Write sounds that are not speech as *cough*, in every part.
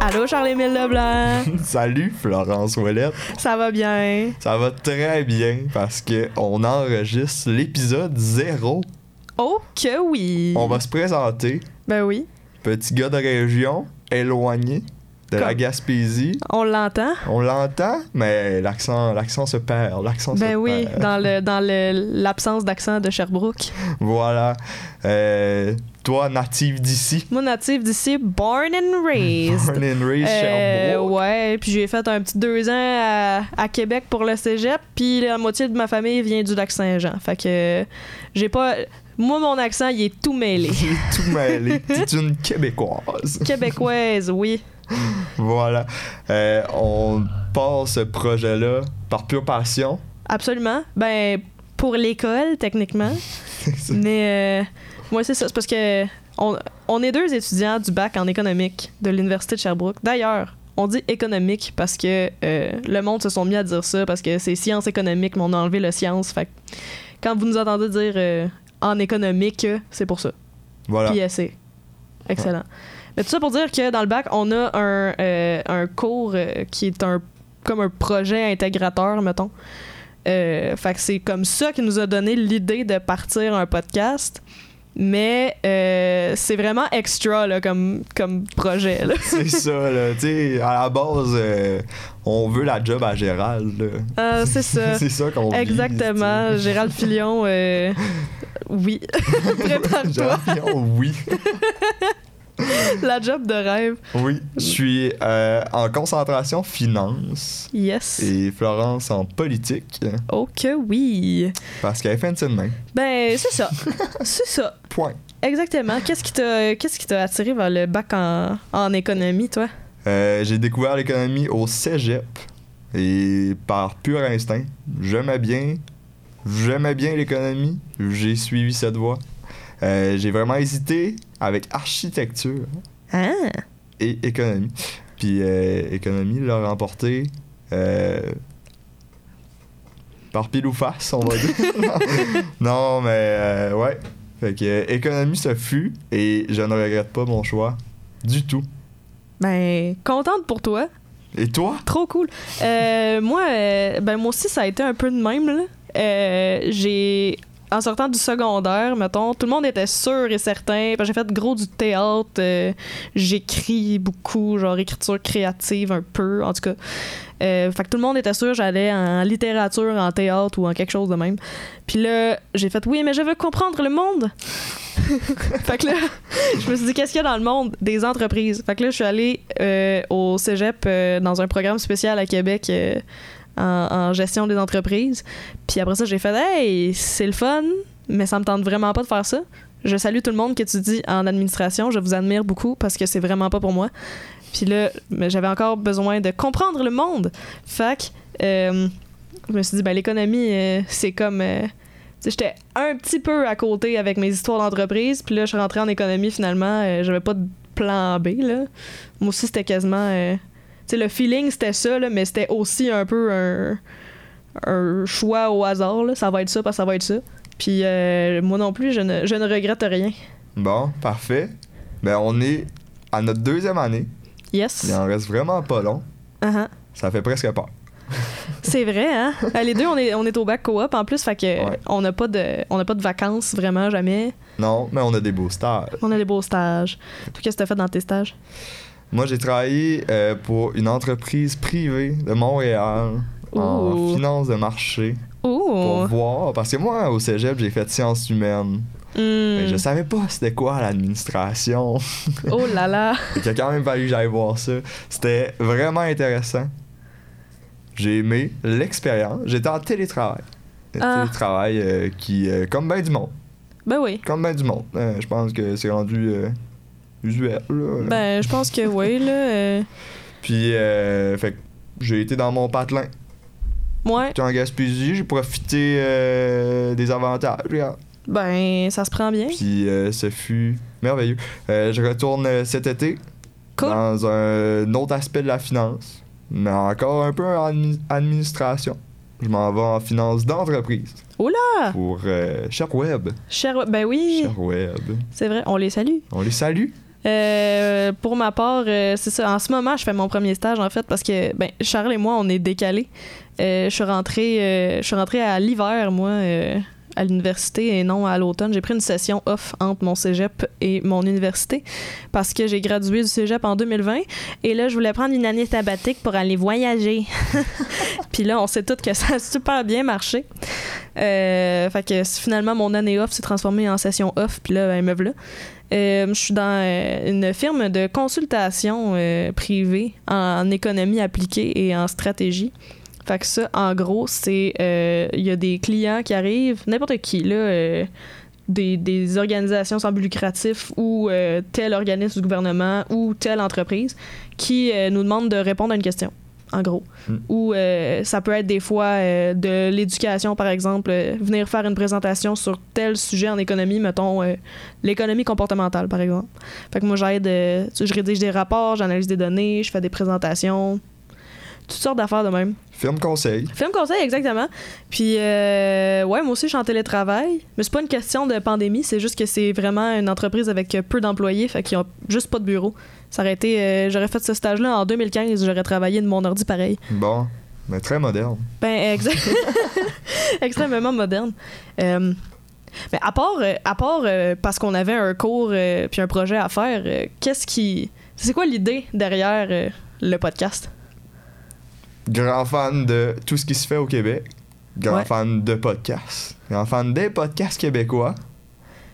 Allô, Charles-Émile Leblanc. *laughs* Salut Florence Ouellette, ça va bien? ça va très bien parce que on enregistre l'épisode zéro. Oh, que oui. On va se présenter, Ben oui, petit gars de région, éloigné de la Comme- Gaspésie. on l'entend. On l'entend, mais l'accent, l'accent se perd, l'accent se Ben oui, perd. dans le dans le- l'absence d'accent de Sherbrooke. Voilà. Euh, toi native d'ici, Moi, native d'ici, born and *laughs* raised. born and raised Euh, Sherbrooke. ouais, puis j'ai fait un petit deux ans à, à Québec pour le cégep, puis la moitié de ma famille vient du lac Saint-Jean. Fait que euh, j'ai pas. Moi, mon accent, il est tout *laughs* mêlé. J'ai tout *laughs* mêlé. T'es une québécoise. Québécoise, oui. Voilà. Euh, on part ce projet-là par pure passion. Absolument. Ben, pour l'école, techniquement. ça. Mais euh, moi, c'est ça. C'est parce que on, on est deux étudiants du bac en économique de l'Université de Sherbrooke. D'ailleurs, on dit économique parce que euh, le monde se sont mis à dire ça parce que c'est sciences économiques, mais on a enlevé le science. Fait que quand vous nous entendez dire euh, en économique, euh, c'est pour ça. Voilà. Puis euh, essai. Excellent. Mais tout ça pour dire que dans le bac, on a un, euh, un cours euh, qui est un comme un projet intégrateur, mettons. Euh, fait que c'est comme ça qui nous a donné l'idée de partir un podcast. Mais euh, c'est vraiment extra là, comme, comme projet. *laughs* Là. *laughs* C'est ça, là. Tu sais, à la base, euh, on veut la job à Gérald, là. Euh, c'est ça. Ah, *laughs* C'est ça qu'on vise, Exactement. Gérald Filion, *laughs* euh, oui. *laughs* tu sais. Prépare-toi. Gérald Fillon, *laughs* oui. La job de rêve. Oui. Je suis euh, en concentration finance Yes. et Florence en politique Oh que oui. parce qu'elle fait une petite main. Ben, c'est *laughs* ça. c'est ça. Point. Exactement. Qu'est-ce qui t'a qu'est-ce qui t'a attiré vers le bac en, en économie, toi? Euh, J'ai découvert l'économie au cégep et par pur instinct, j'aimais bien, j'aimais bien l'économie, j'ai suivi cette voie. Euh, j'ai vraiment hésité avec architecture. Ah! et économie. Puis euh, économie l'a remporté euh, par pile ou face, on va dire. non, mais euh, ouais. Fait que euh, économie, ça fut et je ne regrette pas mon choix du tout. Ben, contente pour toi. Et toi? *laughs* Trop cool. Euh, moi, euh, ben moi aussi, ça a été un peu de même. là. Euh, j'ai en sortant du secondaire, mettons, tout le monde était sûr et certain. parce que J'ai fait gros du théâtre, euh, j'écris beaucoup, genre écriture créative un peu, en tout cas. Euh, fait que tout le monde était sûr j'allais en littérature, en théâtre ou en quelque chose de même. Puis là, j'ai fait oui, mais je veux comprendre le monde. *laughs* fait que là, *laughs* je me suis dit, qu'est-ce qu'il y a dans le monde des entreprises? Fait que là, je suis allée euh, au cégep euh, dans un programme spécial à Québec euh, en, en gestion des entreprises. Puis après ça, j'ai fait, hey, c'est le fun, mais ça me tente vraiment pas de faire ça. Je salue tout le monde qui étudie en administration. Je vous admire beaucoup parce que c'est vraiment pas pour moi. Puis là, mais j'avais encore besoin de comprendre le monde. Fait que euh, je me suis dit, ben, l'économie, euh, c'est comme. euh, tu sais, J'étais un petit peu à côté avec mes histoires d'entreprise, puis là, je suis rentrée en économie finalement. euh, J'avais pas de plan B, là. Moi aussi, c'était quasiment. euh, tu sais, le feeling, c'était ça, là, mais c'était aussi un peu un, un choix au hasard, là. Ça va être ça, parce que ça va être ça. Puis euh, moi non plus, je ne, je ne regrette rien. Bon, parfait. Ben on est à notre deuxième année. Yes. Il en reste vraiment pas long. Uh-huh. Ça fait presque peur. C'est vrai, hein? Ben, les deux, on est, on est au bac coop en plus, fait que Ouais. on n'a pas de on n'a pas de vacances vraiment jamais. Non, mais on a des beaux stages. On a des beaux stages. Toi, qu'est-ce que t'as fait dans tes stages? Moi, j'ai travaillé euh, pour une entreprise privée de Montréal en Ouh. finance de marché. pour Oh! voir. Parce que moi, au cégep, j'ai fait sciences humaines. Hmm. Mais je savais pas c'était quoi l'administration. *laughs* Oh là là! Il a quand même fallu que j'aille voir ça. C'était vraiment intéressant. J'ai aimé l'expérience. J'étais en télétravail. Le Ah. télétravail euh, qui, euh, comme ben du monde, Ben oui. comme ben du monde. Euh, je pense que c'est rendu euh, usuel. là. Ben, je pense que oui, là. euh, Puis, euh, fait que j'ai été dans mon patelin. Ouais. J'étais en Gaspésie, j'ai profité euh, des avantages. regarde. Ben, ça se prend bien. Puis euh, ce fut merveilleux. Euh, je retourne euh, cet été Cool. dans un autre aspect de la finance, mais encore un peu en admi- administration. Je m'en vais en finance d'entreprise. Oh là! Pour euh, Sherweb. Cher... Ben oui, Sherweb. c'est vrai, on les salue. On les salue. Euh, pour ma part, euh, c'est ça. En ce moment, je fais mon premier stage, en fait, parce que ben, Charles et moi, on est décalés. Euh, je suis rentrée, euh, je suis rentrée à l'hiver, moi, euh, à l'université et non à l'automne. J'ai pris une session off entre mon cégep et mon université parce que j'ai gradué du cégep en 2020 et là, je voulais prendre une année sabbatique pour aller voyager. *laughs* Puis là, on sait toutes que ça a super bien marché. Euh, fait que finalement, mon année off s'est transformée en session off. Puis là, ben, me voilà. Euh, je suis dans euh, une firme de consultation euh, privée en économie appliquée et en stratégie. Fait que ça, en gros, c'est. euh, Il y a des clients qui arrivent, n'importe qui, là. euh, des, des organisations sans but lucratif ou euh, tel organisme du gouvernement ou telle entreprise qui euh, nous demandent de répondre à une question, en gros. Mm. Ou euh, ça peut être des fois euh, de l'éducation, par exemple, euh, venir faire une présentation sur tel sujet en économie, mettons euh, l'économie comportementale, par exemple. Fait que moi, j'aide, euh, je rédige des rapports, j'analyse des données, je fais des présentations, toutes sortes d'affaires de même. Firme conseil. Film conseil, exactement. Puis, euh, ouais, moi aussi, je suis en télétravail. Mais c'est pas une question de pandémie, c'est juste que c'est vraiment une entreprise avec euh, peu d'employés, fait qu'ils ont juste pas de bureau. Ça aurait été. euh, j'aurais fait ce stage-là en 2015, j'aurais travaillé de mon ordi pareil. Bon, mais très moderne. Ben, exa- *laughs* extrêmement moderne. Euh, mais à part, euh, à part euh, parce qu'on avait un cours euh, puis un projet à faire, euh, qu'est-ce qui. C'est quoi l'idée derrière euh, le podcast? Grand fan de tout ce qui se fait au Québec. Grand Ouais. fan de podcasts. Grand fan des podcasts québécois,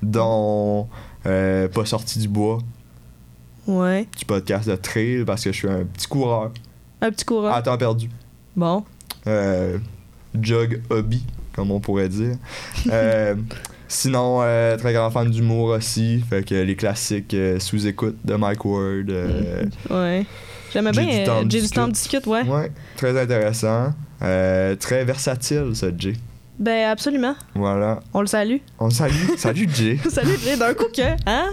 dont euh, Pas sorti du bois, Ouais. petit podcast de trail parce que je suis un petit coureur Un petit courant. à temps perdu. Bon. Euh, jog hobby, comme on *laughs* pourrait dire. Euh, sinon, euh, très grand fan d'humour aussi. Fait que les classiques euh, sous-écoute de Mike Ward. euh, Ouais. J'aimais J'ai bien. du euh, temps de J'ai du discute. temps de discute, ouais. Ouais, très intéressant. Euh, très versatile, ce Jay. Ben, absolument. Voilà. On le salue. *laughs* On le salue. Salut, Jay. Salut, Jay, d'un coup que, hein?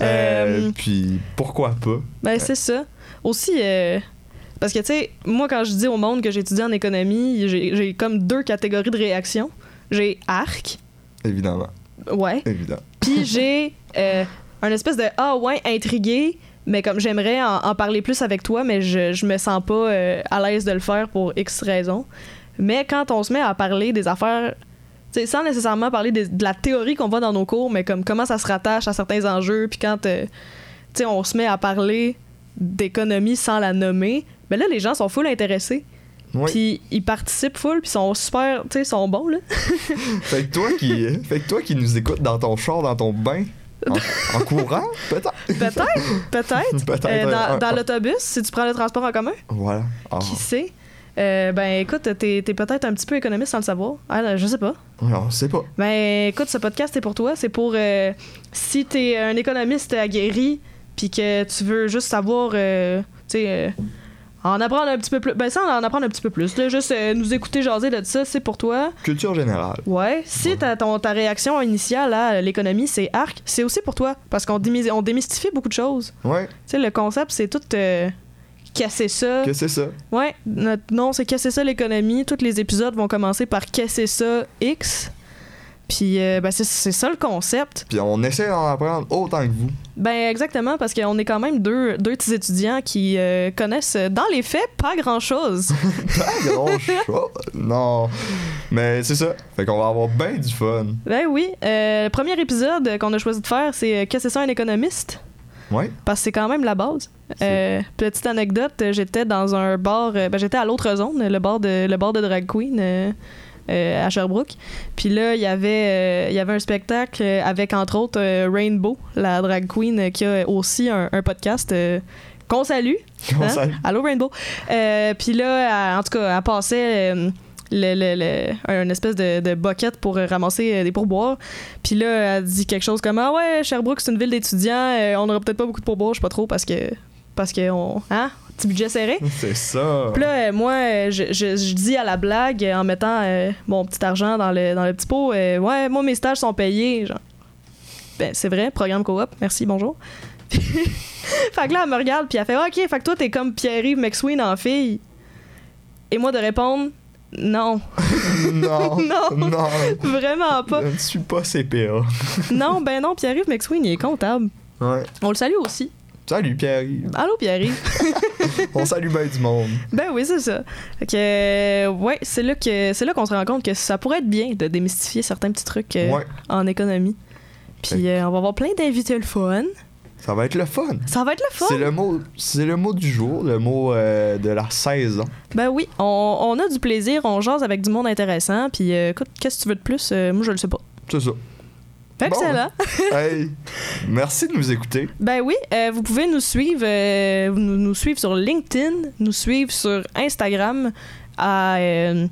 Euh, Euh, puis pourquoi pas? Ben, c'est ça. Aussi, euh, parce que, tu sais, moi, quand je dis au monde que j'étudie en économie, j'ai j'ai comme deux catégories de réactions. J'ai arc, Évidemment. ouais. Évidemment. Puis j'ai euh, un espèce de ah ouais intrigué, mais comme j'aimerais en, en parler plus avec toi, mais je, je me sens pas euh, à l'aise de le faire pour X raisons. Mais quand on se met à parler des affaires, tu sais, sans nécessairement parler des- de la théorie qu'on voit dans nos cours, mais comme comment ça se rattache à certains enjeux, puis quand euh, tu sais, on se met à parler d'économie sans la nommer, ben là les gens sont full intéressés, Oui. puis ils participent full, puis sont super, tu sais, sont bons là. Fait que toi *laughs* qui, fait que toi qui nous écoutes dans ton char, dans ton bain, en, en courant, peut-être. Peut-être, peut-être. *laughs* Peut-être, Euh, un- dans un- dans un- l'autobus, si tu prends le transport en commun, Voilà. Ah, qui sait? Euh, ben écoute, t'es t'es peut-être un petit peu économiste sans le savoir. Ah, là, je sais pas. ouais, on sait pas. Ben écoute, ce podcast est pour toi. C'est pour euh, si t'es un économiste aguerri puis que tu veux juste savoir, euh, tu sais, euh, en apprendre un petit peu plus. Ben ça, en apprendre un petit peu plus. Là, juste euh, nous écouter jaser de ça, c'est pour toi. Culture générale. Ouais, si ta, ton- ta réaction initiale à l'économie, c'est arc, c'est aussi pour toi. Parce qu'on démys- on démystifie beaucoup de choses. Ouais, Tu sais, le concept, c'est tout euh, casser ça. que c'est ça. Ouais, notre nom, c'est casser ça l'économie. Tous les épisodes vont commencer par casser ça X. Puis, euh, ben, c'est- c'est ça le concept. Puis on essaie d'en apprendre autant que vous. Ben, exactement, parce qu'on est quand même deux, deux petits étudiants qui euh, connaissent, euh, dans les faits, pas grand-chose. *laughs* Pas grand chose. Non. Mais c'est ça. Fait qu'on va avoir bien du fun. ben oui, euh, le premier épisode qu'on a choisi de faire, c'est euh, Casser ça un économiste. Ouais. parce que c'est quand même la base. C'est- Euh, petite anecdote, euh, j'étais dans un bar, euh, ben, j'étais à l'autre zone, le bar de le bar de drag queen euh, euh, à Sherbrooke. Puis là, il y avait euh, il y avait un spectacle euh, avec entre autres euh, Rainbow, la drag queen euh, qui a aussi un, un podcast. euh, qu'on salue. On hein? salue. Allô Rainbow. Euh, Puis là, elle- en tout cas, elle passait euh, le, le- le- un espèce de, de bucket pour euh, ramasser euh, des pourboires. Puis là, elle dit quelque chose comme Ah ouais, Sherbrooke, c'est une ville d'étudiants, euh, on n'aura peut-être pas beaucoup de pourboires, je sais pas trop, parce que. Parce que on. Hein? Tu petit budget serré. C'est ça. Puis là, euh, moi, euh, je, je- je dis à la blague euh, en mettant euh, mon petit argent dans le, dans le petit pot, euh, ouais, moi, mes stages sont payés. Genre. Ben, c'est vrai, programme coop, merci, bonjour. *laughs* fait que là, elle me regarde, puis elle fait, OK, fait que toi, t'es comme Pierre-Yves McSween en fille. Et moi, de répondre, non, Non. *laughs* Non. Non. vraiment *laughs* pas. Je ne suis pas CPA. non, ben non, Pierre-Yves McSween, il est comptable. Ouais. On le salue aussi. Salut Pierre. *laughs* Allô, Pierre-Yves. On salue bien du monde. Ben oui, c'est ça. Fait que, euh, ouais, c'est là que c'est là qu'on se rend compte que ça pourrait être bien de démystifier certains petits trucs euh, Ouais. en économie. Puis euh, on va avoir plein d'invités le fun. Ça va être le fun. Ça va être le fun. C'est le mot, c'est le mot du jour, le mot euh, de la saison. Ben oui, on, on a du plaisir, on jase avec du monde intéressant. Puis euh, écoute, qu'est-ce que tu veux de plus Euh, Moi, je le sais pas. C'est *laughs* ça. Fait que Bon. c'est là. *laughs* Hey, merci de nous écouter. Ben oui, euh, vous pouvez nous suivre, euh, vous nous, nous suivre sur LinkedIn, nous suivre sur Instagram à euh,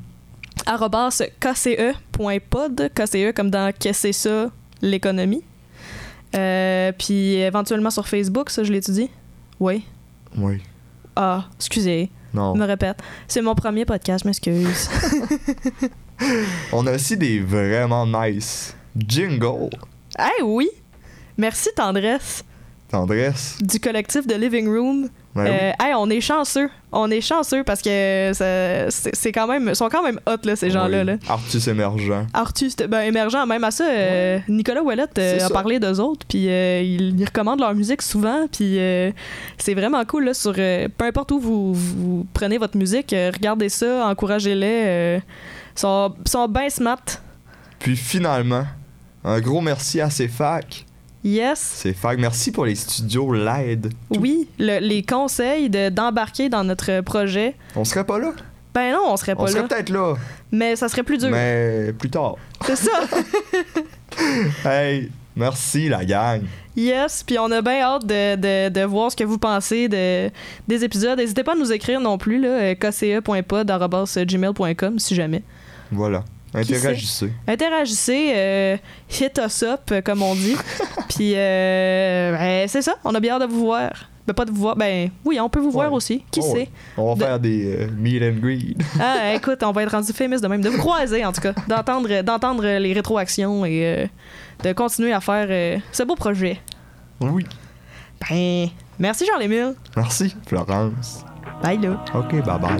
arobase E kce.pod, KCE E comme dans Qu'est-ce que c'est ça, l'économie. Euh, puis éventuellement sur Facebook, ça je l'étudie. Oui. Oui. Ah, excusez, Non. me répète. C'est mon premier podcast, je *laughs* m'excuse. On a aussi des vraiment nice jingles. Eh oui! Merci Tendresse Tendresse. du collectif de Living Room. Ben oui. Euh, hey, on est chanceux. On est chanceux parce que ça- c'est c'est quand même, sont quand même hot là, ces gens-là. Oui. Là. Artus émergent. Artus, c'était- ben, émergent, même à ça, euh, Nicolas Ouellette euh, C'est a ça. parlé d'eux autres, puis euh, il, il recommande leur musique souvent, puis euh, c'est vraiment cool. Là, sur, euh, peu importe où vous, vous prenez votre musique, euh, regardez ça, encouragez-les. euh, ils sont, ils sont bien smart. Puis finalement, un gros merci à ces facs. Yes. Ces facs, merci pour les studios, E l'aide. Tout. Oui, le- les conseils de- d'embarquer dans notre projet. On serait pas là. Ben non, on serait pas On serait là, peut-être là, mais ça serait plus dur. mais plus tard. C'est *laughs* ça. Hey, merci la gang. Yes, puis on a bien hâte de, de- de voir ce que vous pensez de, des épisodes. N'hésitez pas à nous écrire non plus, là, euh, kce.pod.gmail.com si jamais. Voilà. sait? Interagissez. Interagissez, euh, hit us up, euh, comme on *laughs* dit. puis euh, ben, c'est ça, on a bien hâte de vous voir. Ben, pas de vous voir, ben oui, on peut vous voir Ouais. aussi. Qui Ben Oh, sait? ouais. On va De- faire des euh, meet and greet. Ah, écoute, on va être rendu famous de même. De vous croiser, en tout cas. D'entendre, d'entendre les rétroactions et euh, de continuer à faire euh, ce beau projet. Oui. Ben, merci Jean-Lémile. Merci, Florence. Bye là. OK, bye bye.